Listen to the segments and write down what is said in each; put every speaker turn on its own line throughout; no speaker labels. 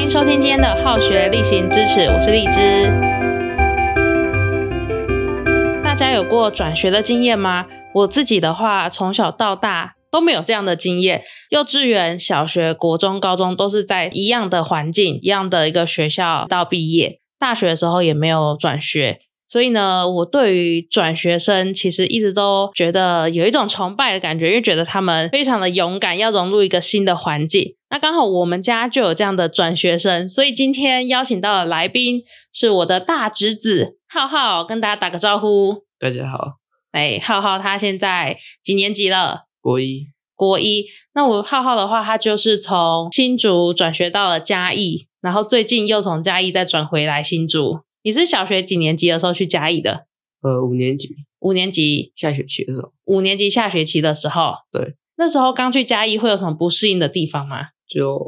迎收听今天的《好学例行支持》，我是荔枝。大家有过转学的经验吗？我自己的话，从小到大都没有这样的经验。幼稚园、小学、国中、高中都是在一样的环境、一样的一个学校到毕业，大学的时候也没有转学。所以呢，我对于转学生其实一直都觉得有一种崇拜的感觉，因为觉得他们非常的勇敢，要融入一个新的环境。那刚好我们家就有这样的转学生，所以今天邀请到的来宾是我的大侄子浩浩，跟大家打个招呼。
大家好，
哎，浩浩他现在几年级了？
国一
国一。那我浩浩的话，他就是从新竹转学到了嘉义，然后最近又从嘉义再转回来新竹。你是小学几年级的时候去嘉义的？
呃五年级
五年级，
下学期的时候，
五年级下学期的时候。
对，
那时候刚去嘉义，会有什么不适应的地方吗？
就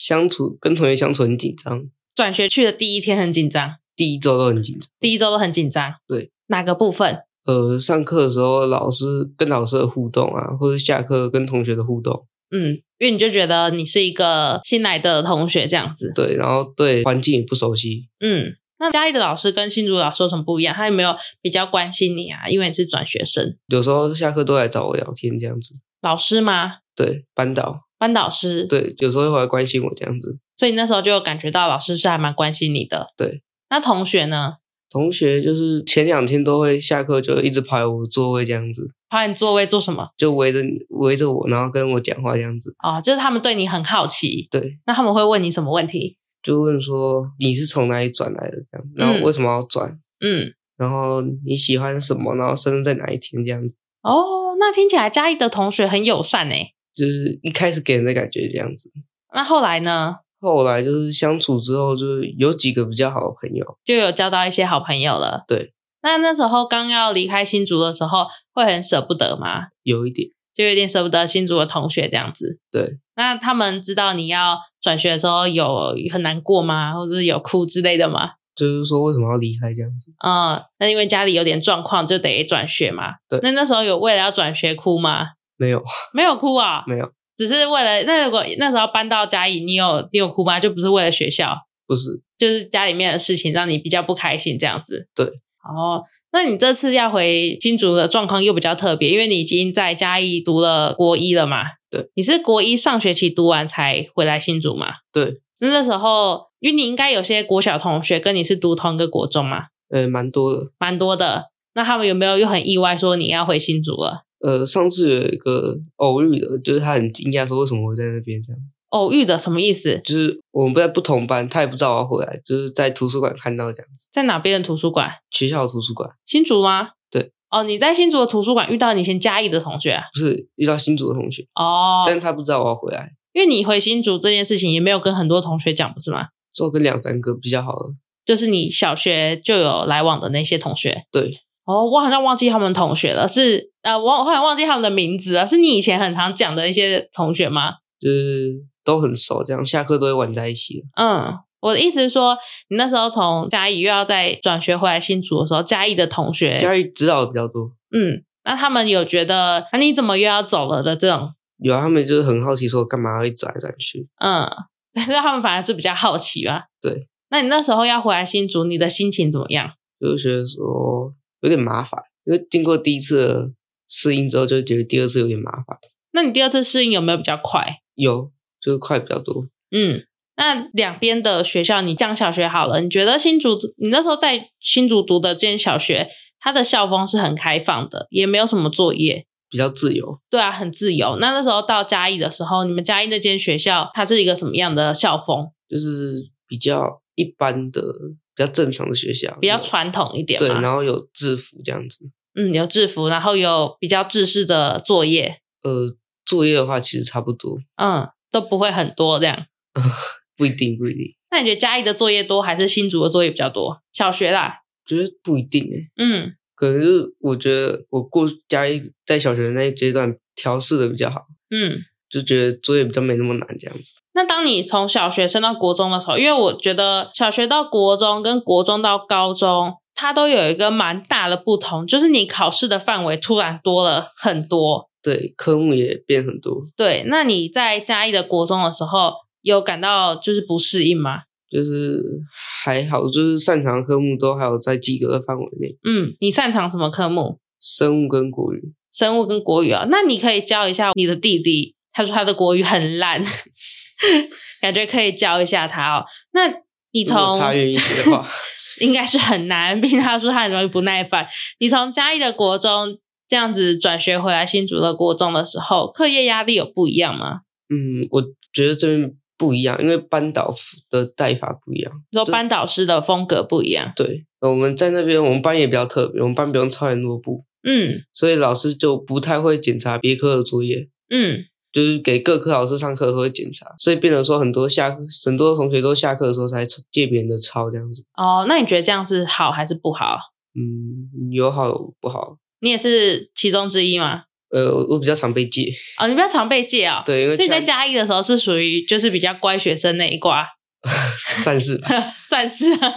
相处跟同学相处很紧张，
转学去的第一天很紧张，
第一周都很紧张。
第一周都很紧张。
对，
哪个部分？
呃，上课的时候老师跟老师的互动啊，或者下课跟同学的互动，
嗯，因为你就觉得你是一个新来的同学这样子。
对，然后对环境也不熟悉，
嗯，那嘉义的老师跟新竹老师有什么不一样？他有没有比较关心你啊？因为你是转学生，
有时候下课都来找我聊天这样子。
老师吗？
对，班导
班导师？，
对，有时候会来关心我这样子。
所以你那时候就感觉到老师是还蛮关心你的。
对，
那同学呢？
同学就是前两天都会下课就一直跑来我座位这样子，
跑你座位做什么？
就围着围着我，然后跟我讲话这样子。
哦，就是他们对你很好奇，
对，
那他们会问你什么问题？
就问说你是从哪里转来的这样，然后为什么要转，
嗯，
然后你喜欢什么，然后生日在哪一天这样子，
哦，那听起来嘉义的同学很友善诶。
就是一开始给人的感觉这样子。
那后来呢，
后来就是相处之后，就是有几个比较好的朋友，
就有交到一些好朋友了。
对，
那那时候刚要离开新竹的时候，会很舍不得吗？
有一点
就有点舍不得新竹的同学这样子。
对，
那他们知道你要转学的时候有很难过吗？或者是有哭之类的吗？
就是说为什么要离开这样子，
嗯，那因为家里有点状况，就得转学嘛。
对
那那时候有为了要转学哭吗？
没有
没有哭啊，
没有，
只是为了那如果那时候搬到嘉义，你有你有哭吗？就不是为了学校，
不是
就是家里面的事情让你比较不开心这样子。
对，
哦，那你这次要回新竹的状况又比较特别，因为你已经在嘉义读了国一了嘛。
对，
你是国一上学期读完才回来新竹嘛？
对，
那那时候，因为你应该有些国小同学跟你是读同一个国中嘛，
呃蛮多的。
蛮多的。那他们有没有又很意外说你要回新竹了？
呃，上次有一个偶遇的，就是他很惊讶说为什么我会在那边这样，
偶哦遇的什么意思？
就是我们不在不同班，他也不知道我要回来，就是在图书馆看到这样子，
在哪边的图书馆？
学校的图书馆
新竹吗？
对。
哦，你在新竹的图书馆遇到你以前嘉义的同学啊、
不是遇到新竹的同学，
哦，
但是他不知道我要回来，
因为你回新竹这件事情也没有跟很多同学讲，不是吗？
之后跟两三个比较好的，
就是你小学就有来往的那些同学。
对，
哦，我好像忘记他们同学了，是呃，我我好像忘记他们的名字了，是你以前很常讲的一些同学吗？
就是都很熟，这样下课都会玩在一起。
嗯，我的意思是说，你那时候从嘉义又要再转学回来新竹的时候，嘉义的同学，
嘉义指导的比较多，
嗯，那他们有觉得啊你怎么又要走了的这种，
有啊，他们就是很好奇说干嘛会转来转去，
嗯， 但是他们反而是比较好奇吧？
对。
那你那时候要回来新竹，你的心情怎么样？
就是觉得说有点麻烦，因为经过第一次的适应之后，就觉得第二次有点麻烦，
那你第二次适应有没有比较快？
有就是快比较多。
嗯，那两边的学校，你讲小学好了，你觉得新竹，你那时候在新竹读的这间小学，它的校风是很开放的，也没有什么作业，
比较自由，
对啊，很自由。那那时候到嘉义的时候，你们嘉义那间学校，它是一个什么样的校风？
就是比较一般的、比较正常的学校，
比较传统啊一点
对，
嘛，
然后有制服这样子。
嗯，有制服，然后有比较制式的作业，
呃，作业的话其实差不多，
嗯，都不会很多这样。
不一定，不一定，
那你觉得嘉义的作业多还是新竹的作业比较多？小学啦，
觉得不一定欸诶、
嗯，
可能是我觉得我过家一在小学的那一阶段调试的比较好，
嗯，
就觉得作业比较没那么难这样子。
那当你从小学升到国中的时候，因为我觉得小学到国中跟国中到高中，它都有一个蛮大的不同，就是你考试的范围突然多了很多。
对，科目也变很多，
对，那你在嘉义的国中的时候，有感到就是不适应吗？
就是还好，就是擅长的科目都还有在及格的范围内，
嗯，你擅长什么科目？
生物跟国语。
生物跟国语啊？那你可以教一下你的弟弟，他说他的国语很烂，感觉可以教一下他哦。那你
如果
从
他愿意学 的话，
应该是很难，毕竟他说他很容易不耐烦。你从嘉义的国中这样子转学回来新竹的国中的时候，课业压力有不一样吗？
嗯，我觉得这边不一样，因为班导的带法不一样。
你说班导师的风格不一样，
对，呃我们在那边，我们班也比较特别，我们班不用抄联络簿，
嗯
所以老师就不太会检查别科的作业，
嗯，
就是给各科老师上课的时候会检查，所以变得说很多下课，很多同学都下课的时候才借别人的抄这样子。
哦，那你觉得这样是好还是不好？
嗯，有好有不好。
你也是其中之一吗？
呃，我我比较常被借，
哦，你不要常被借哦。
对，因为
所以你在
其
嘉义的时候是属于就是比较乖学生那一挂，
他算是吧
算是、啊。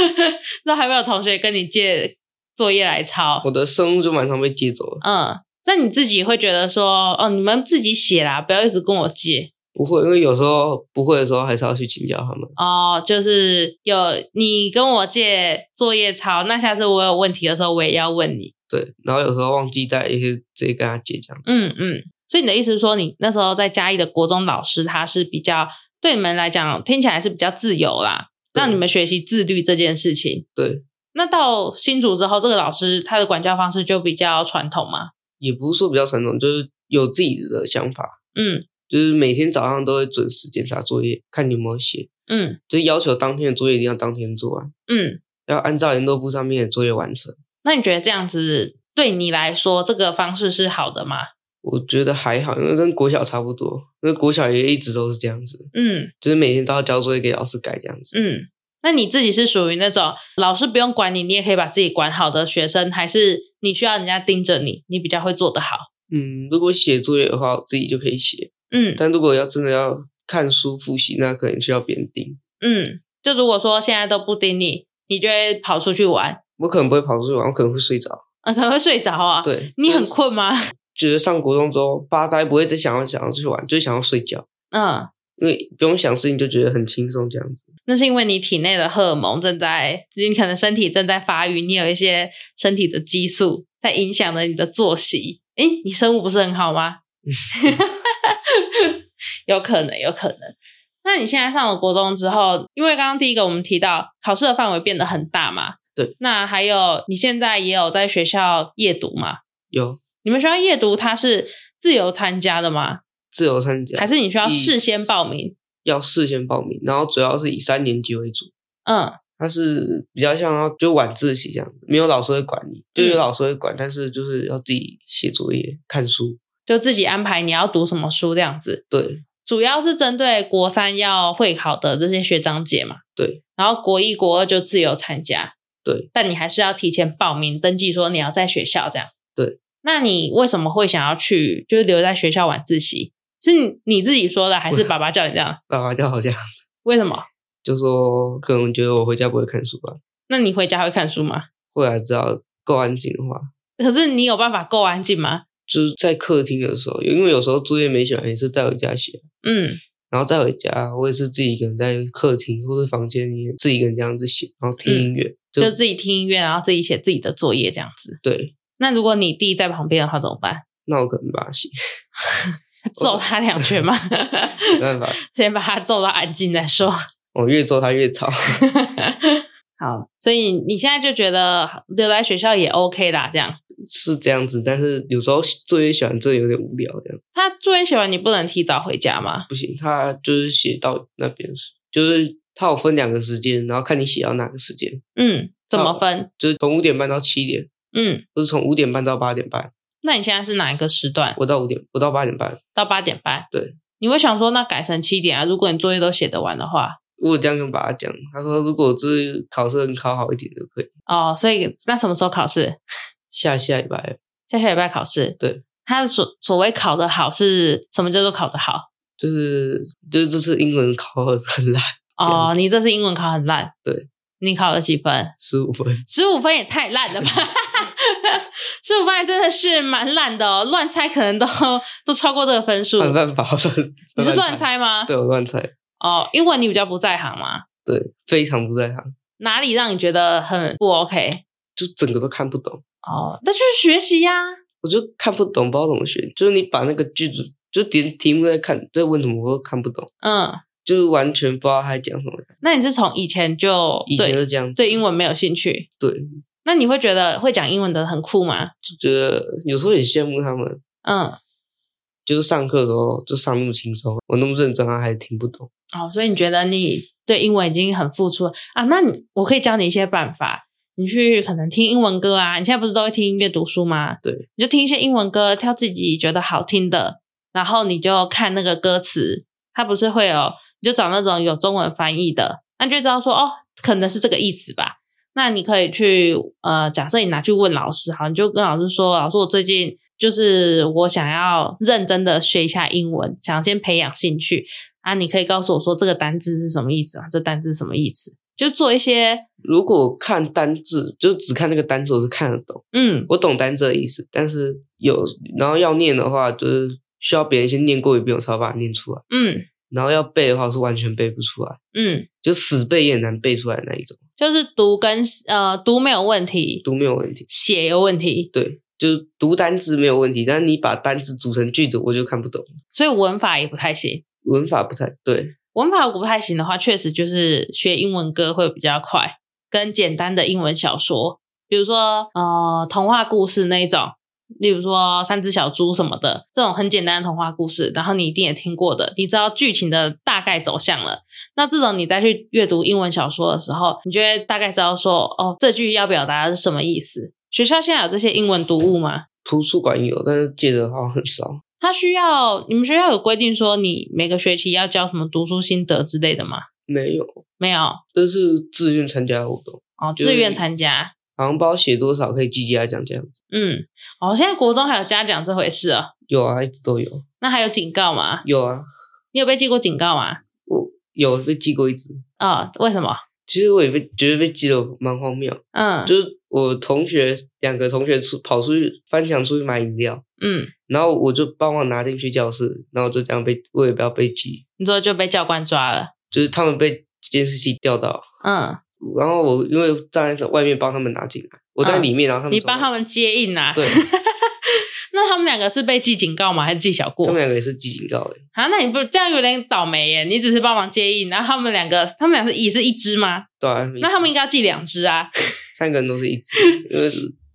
那还没有同学跟你借作业来抄？
我的生物就蛮常被借走了。
嗯，那你自己会觉得说，哦，你们自己写啦，不要一直跟我借
不会，因为有时候不会的时候还是要去请教他们。
哦。就是有你跟我借作业抄，那下次我有问题的时候，我也要问你。
对，然后有时候忘记带，也可以直接跟他借这样。
嗯嗯，所以你的意思是说，你那时候在嘉义的国中老师，他是比较对你们来讲听起来是比较自由啦，
对
让你们学习自律这件事情。
对，
那到新竹之后，这个老师他的管教方式就比较传统嘛？
也不是说比较传统，就是有自己的想法，
嗯
就是每天早上都会准时检查作业，看你有没有写，
嗯
就是要求当天的作业一定要当天做完，啊
嗯。
要按照联络簿上面的作业完成。
那你觉得这样子对你来说，这个方式是好的吗？
我觉得还好，因为跟国小差不多，因为国小也一直都是这样子，
嗯
就是每天都要交作业给老师改这样子。
嗯，那你自己是属于那种老师不用管你，你也可以把自己管好的学生，还是你需要人家盯着你，你比较会做得好？
嗯，如果写作业的话，我自己就可以写，
嗯
但如果要真的要看书复习，那可能需要别人盯。
嗯，就如果说现在都不盯你，你就会跑出去玩，
我可能不会跑出去玩，我可能会睡着。
啊，可能会睡着啊。，
对，
你很困吗？
觉得上国中之后发呆，不会再想要想要去玩，就想要睡觉，
嗯，
因为不用想事情就觉得很轻松这样子。
那是因为你体内的荷尔蒙正在，就是你可能身体正在发育，你有一些身体的激素在影响着你的作息。诶，你生物不是很好吗？ 有可能，有可能。那你现在上了国中之后，因为刚刚第一个我们提到考试的范围变得很大嘛，
对。
那还有你现在也有在学校夜读嘛？
有
你们学校夜读它是自由参加的吗？
自由参加，
还是你需要
以
事先报名？
要事先报名，然后主要是以三年级为主。
嗯
它是比较像要就晚自习这样子，没有老师会管你，就有老师会管，但是就是要自己写作业、看书。
就自己安排你要读什么书这样子。
对
主要是针对国三要会考的这些学长姐嘛。
对。
然后国一、国二就自由参加。
对。
但你还是要提前报名登记，说你要在学校这样。
对。
那你为什么会想要去，就是留在学校晚自习？是你你自己说的，还是爸爸叫你这样？
爸爸就好像
为什么？
就说，可能觉得我回家不会看书吧，
那你回家会看书吗？
后来知道够安静的话，
可是你有办法够安静吗？
就是在客厅的时候，因为有时候作业没写完也是带回家写，
嗯
然后再回家，我也是自己一个人在客厅或是房间里面自己一个人这样子写，然后听音乐，
就，
就
自己听音乐，然后自己写自己的作业这样子。
对。
那如果你弟在旁边的话怎么办？
那我可能把它写，
揍他两拳吗？
没办法，
先把他揍到安静再说。
我越揍他越吵。
好，所以你现在就觉得留在学校也 OK 啦，这样。
是这样子，但是有时候作业写完真的有点无聊，这样
他作业写完，你不能提早回家吗？
不行。他就是写到那边是，就是他有分两个时间，然后看你写到哪个时间，
嗯，怎么分？
就是从五点半到七点，
嗯，
或是从五点半到八点半。
那你现在是哪一个时段？
我到五点，我到八点半。
到八点半。
对，
你会想说，那改成七点啊？如果你作业都写得完的话，
如果这样跟爸爸讲，他说如果这考试能考好一点就可以，
哦，所以那什么时候考试？
下下礼拜
下下礼拜考试。
对，
他所所谓考得好是什么叫做考得好？
就是就是这次英文考得很烂，
哦，你这次英文考很烂。
对，
你考了几分？
十五分。
十五分也太烂了吧！十五分真的是蛮烂的哦，乱猜可能都都超过这个分数。
没办法，我乱
你是乱？猜吗？
对，我乱猜。
哦，英文你比较不在行吗？
对，非常不在行，
哪里让你觉得很不 OK？
就整个都看不懂。
哦，那去学习呀、
我就看不懂，不知道怎么学。就是你把那个句子，就点题目在看，在问什么，我都看不懂，
嗯，
就是完全不知道他在讲什么。
那你是从以前就
以前
对
是这样子，
对英文没有兴趣？
对，
那你会觉得会讲英文的很酷吗？
就觉得有时候很羡慕他们，
嗯，
就是上课的时候就上那么轻松，我那么认真，他啊还听不懂。
哦，所以你觉得你对英文已经很付出了啊？那你我可以教你一些办法，你去可能听英文歌啊，你现在不是都会听音乐读书吗？
对，
你就听一些英文歌，挑自己觉得好听的，然后你就看那个歌词，它不是会有，你就找那种有中文翻译的，那你就知道说哦，可能是这个意思吧。那你可以去呃，假设你拿去问老师，好，你就跟老师说，老师，我最近就是我想要认真的学一下英文，想先培养兴趣啊，你可以告诉我说这个单字是什么意思吗？这单字是什么意思？就做一些
如果看单字，就只看那个单字，我是看得懂，
嗯
我懂单字的意思。但是有，然后要念的话，就是需要别人先念过一遍，我才要把它念出来。
嗯
然后要背的话，我是完全背不出来，
嗯，
就死背也很难背出来的那一种，
就是读跟呃读没有问题，
都没有问题。
写有问题，
对，就是读单字没有问题，但是你把单字组成句子，我就看不懂，
所以文法也不太行。
文法不太对。
文法不太行的话，确实就是学英文歌会比较快，跟简单的英文小说，比如说呃童话故事那一种，例如说三只小猪什么的，这种很简单的童话故事，然后你一定也听过的，你知道剧情的大概走向了。那这种你再去阅读英文小说的时候，你就会大概知道说哦这句要表达的是什么意思。学校现在有这些英文读物吗？
图书馆有，但是借的好像很少。
他需要你们学校有规定说你每个学期要交什么读书心得之类的吗？
没有，
没有
这是自愿参加的活动，
哦，
就是
自愿参加。
好像不知道写多少可以寄家奖这样子。
嗯，哦，现在国中还有家长这回事哦。
有啊，一直都有。
那还有警告吗？
有啊，
你有被记过警告吗？
我有被寄过一次。
啊、为什么？
其实我也被觉得被寄的蛮荒谬，
嗯，
就是我同学两个同学出跑出去翻墙出去买饮料，
嗯，
然后我就帮忙拿进去教室，然后就这样被我也不要被记，
你说就被教官抓了。
就是他们被监视器调到，
嗯，
然后我因为站在外面帮他们拿进来，我在
嗯
里面，然后他们
你
从
帮他们接应啊？
对。
那他们两个是被记警告吗？还是记小过
他？们两个也是记警告的，
啊，那你不这样有点倒霉耶！你只是帮忙接应，然后他们两个，他们俩是也是一只吗？
对啊，
哦那他们应该要记两只啊。
三个人都是一起，因为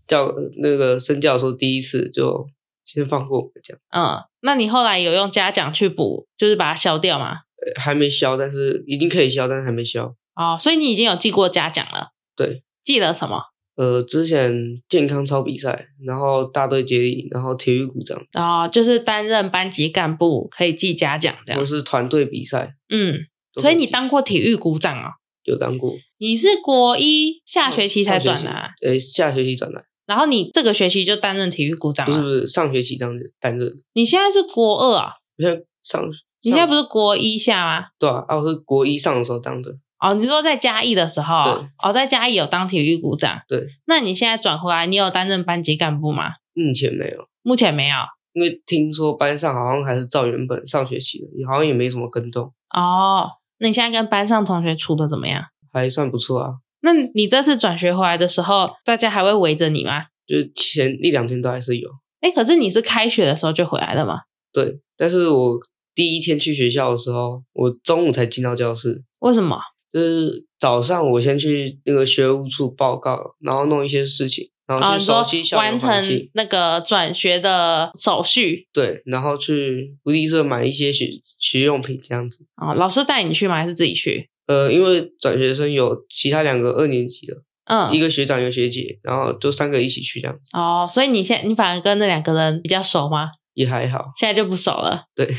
教那个身教的时候第一次就先放过我们这样，
嗯，那你后来有用嘉奖去补，就是把它消掉吗？
呃还没消，但是已经可以消，但是还没消。
哦，所以你已经有记过嘉奖了。
对，
记了什么？
呃，之前健康操比赛，然后大队接力，然后体育鼓掌，
哦，就是担任班级干部可以记嘉奖这样
或。是团队比赛，
嗯，啊
都
所以
可
你
记
当过体育股长哦。
有当过，
你是国一下学期才
上
转
嗯
啊
学
来、
期呃，下学期转来，
然后你这个学期就担任体育股长
不是
了。
不是上学期当担任，
你现在是国二啊？
我现在上，
你现在
上
不是国一下吗？
对啊，啊我是国一上的时候当的，
哦，你说在嘉义的时候啊，哦，在嘉义有当体育股长。
对，
那你现在转回来，你有担任班级干部吗？
目前没有。
目前没有。
因为听说班上好像还是照原本上学期的，也好像也没什么跟动，
哦，那你现在跟班上同学处的怎么样？
还算不错啊。
那你这次转学回来的时候，大家还会围着你吗？
就是前一两天都还是有，
哎，可是你是开学的时候就回来了嘛？
对。但是我第一天去学校的时候，我中午才进到教室，
为什么？
就是早上我先去那个学务处报告，然后弄一些事情，然
啊、
后
你
去
说
熟悉校园
完
环
成
境，
那个转学的手续
对，然后去福利社买一些学学用品这样子。
啊、哦老师带你去吗？还是自己去？
呃，因为转学生有其他两个二年级的，
嗯
一，个学长一个学姐，然后就三个一起去这样，
哦，所以你现在你反而跟那两个人比较熟吗？
也还好。
现在就不熟了。
对，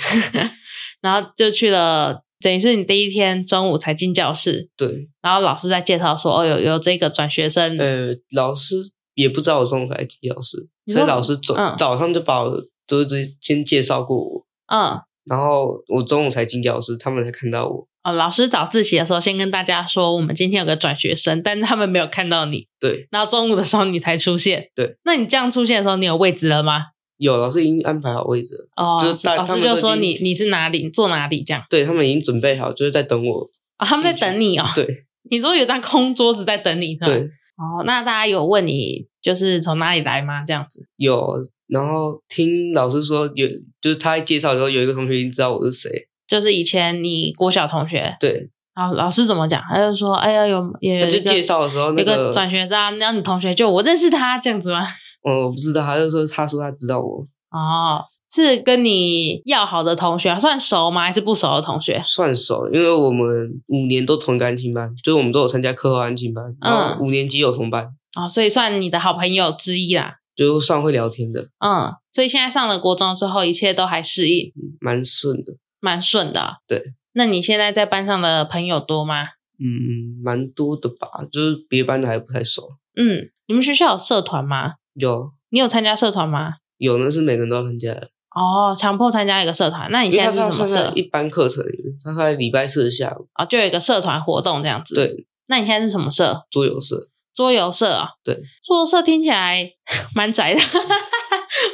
然后就去了，等于是你第一天中午才进教室，
对，
然后老师在介绍说，哦，有有这个转学生，
呃，老师也不知道我中午才进教室，
嗯你
所以
说
老师早、
嗯
早上就把我就是直接先介绍过我，
嗯，
然后我中午才进教室，他们才看到我。
哦，老师早自习的时候先跟大家说，我们今天有个转学生，但是他们没有看到你，
对，
然后中午的时候你才出现。
对，
那你这样出现的时候，你有位置了吗？
有老师已经安排好位置了，
哦，
就是大
老
他
师
们
就
都已
说
经
你你是哪里，你坐哪里这样。
对他们已经准备好，就是在等我。
哦，他们在等你哦。
对
你说有张空桌子在等你，是吧？
对，
哦，那大家有问你就是从哪里来吗？这样子
有，然后听老师说有，就是他在介绍的时候，有一个同学已经知道我是谁。
就是以前你国小同学，
对，
然后老师怎么讲？他就说：“哎呀，有也有
他就
一个
介绍的时候，那
有个转学生啊，然后你同学就我认识他这样子吗？
嗯，我不知道，他就说他说他知道我，
哦，是跟你要好的同学啊算熟吗？还是不熟的同学？
算熟，因为我们五年都同一个安亲班，就是我们都有参加课后安亲
嗯
班，然后五年级有同班，
哦，所以算你的好朋友之一啦。
就算会聊天的，
嗯，所以现在上了国中之后，一切都还适应，
蛮顺的，
蛮顺的。啊
对，
那你现在在班上的朋友多吗？
嗯，蛮多的吧，就是别班的还不太熟。
嗯，你们学校有社团吗？
有
你有参加社团吗？
有呢，是每个人都要参加的，
哦，强迫参加一个社团，那你
因为
现
他
在是什么
算在
社？
一般课程里面，他在礼拜四的下午，
哦，就有一个社团活动这样子。，
对，
那你现在是什么社？
桌游社，
桌游社啊？
对，
桌游社听起来 蛮宅的，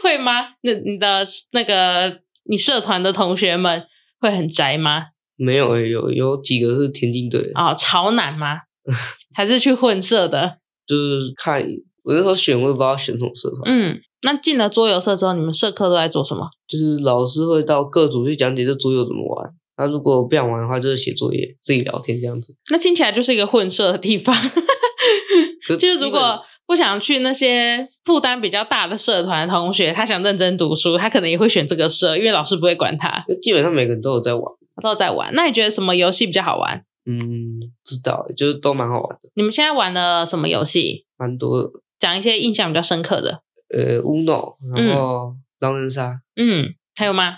会吗？那你的那个你社团的同学们会很宅吗？
没有欸有有几个是田径队的，
哦，潮男 吗？还是去混社的？
就是看我那时候选，我也不知道选什么社团，
嗯，那进了桌游社之后，你们社课都在做什么？
就是老师会到各组去讲解这桌游怎么玩。那如果不想玩的话，就是写作业、自己聊天这样子。
那听起来就是一个混社的地方。
可
就是如
基本
果不想去那些负担比较大的社团的同学，他想认真读书，他可能也会选这个社，因为老师不会管他，
呃基本上每个人都有在玩，
他都在玩。那你觉得什么游戏比较好玩？
嗯，知道，就是都蛮好玩的，
你们现在玩了什么游戏？
蛮多的。
讲一些印象比较深刻的。
呃，Uno，然后狼人杀，
嗯，还有吗？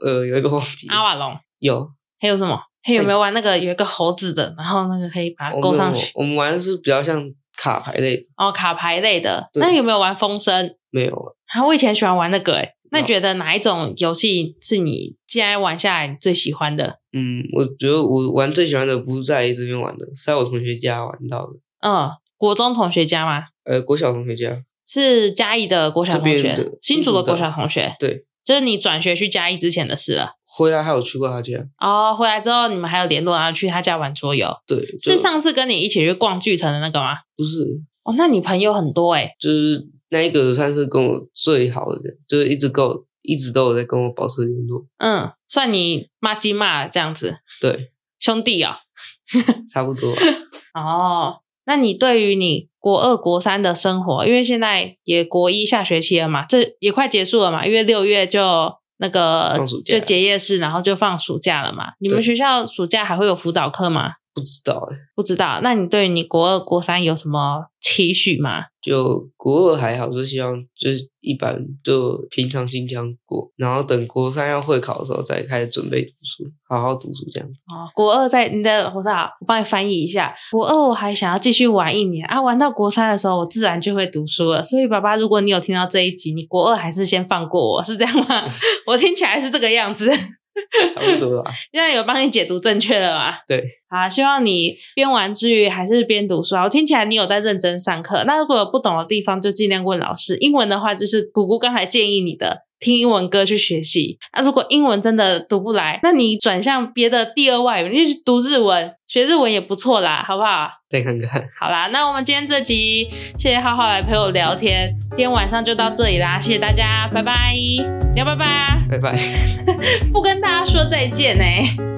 呃，有一个忘记
阿瓦隆，
有，
还有什么？还有没有玩那个有一个猴子的，然后那个可以把它
我
勾
们
上
哦有
去？
我们玩的是比较像卡牌类的，
哦，卡牌类的。
对
那有没有玩风声？
没有，
啊，我以前喜欢玩那个诶、欸那你
有
觉得哪一种游戏是你现在玩下来你最喜欢的？
嗯，我觉得我玩最喜欢的不是在这边玩的，是在我同学家玩到的，
嗯，国中同学家吗？
呃，国小同学家，
是嘉义的国小同
这边
学
的，
新竹
新竹
的
的
国小同学，
对，
就是你转学去嘉义之前的事了。
回来还有去过他家，
哦，回来之后你们还有联络，然后去他家玩桌游，
对，
是
就
上次跟你一起去逛巨城的那个吗？
不是，
哦，那你朋友很多哎、
就是那一个算是跟我最好的人，就是一直跟我一直都有在跟我保持联络，
嗯，算你骂鸡骂这样子，
对，
兄弟哦。
差不多吧，
哦，那你对于你国二、国三的生活，因为现在也国一下学期了嘛，这也快结束了嘛，因为六月就那个
放暑假
就结业式，然后就放暑假了嘛。你们
对
学校暑假还会有辅导课吗？
不知道哎、
不知道，那你对你国二、国三有什么期许吗？
就国二还好，就希望就是一般就平常心这样过，然后等国三要会考的时候再开始准备读书，好好读书这样。
哦，国二在你的我啥，我帮你翻译一下。国二我还想要继续玩一年啊，玩到国三的时候，我自然就会读书了。所以爸爸，如果你有听到这一集，你国二还是先放过我，是这样吗？ 我听起来是这个样子。
差不多啦。
现在有帮你解读正确了吗？
对，
好，啊希望你边玩之余还是边读书啊。我听起来你有在认真上课，那如果有不懂的地方就尽量问老师。英文的话，就是姑姑刚才建议你的。听英文歌去学习，那、如果英文真的读不来，那你转向别的第二外语，你就去读日文，学日文也不错啦，好不好？
再看看，
好啦，那我们今天这集谢谢浩浩来陪我聊天，今天晚上就到这里啦，谢谢大家，拜拜，你要拜拜啊，
拜拜。
不跟大家说再见呢、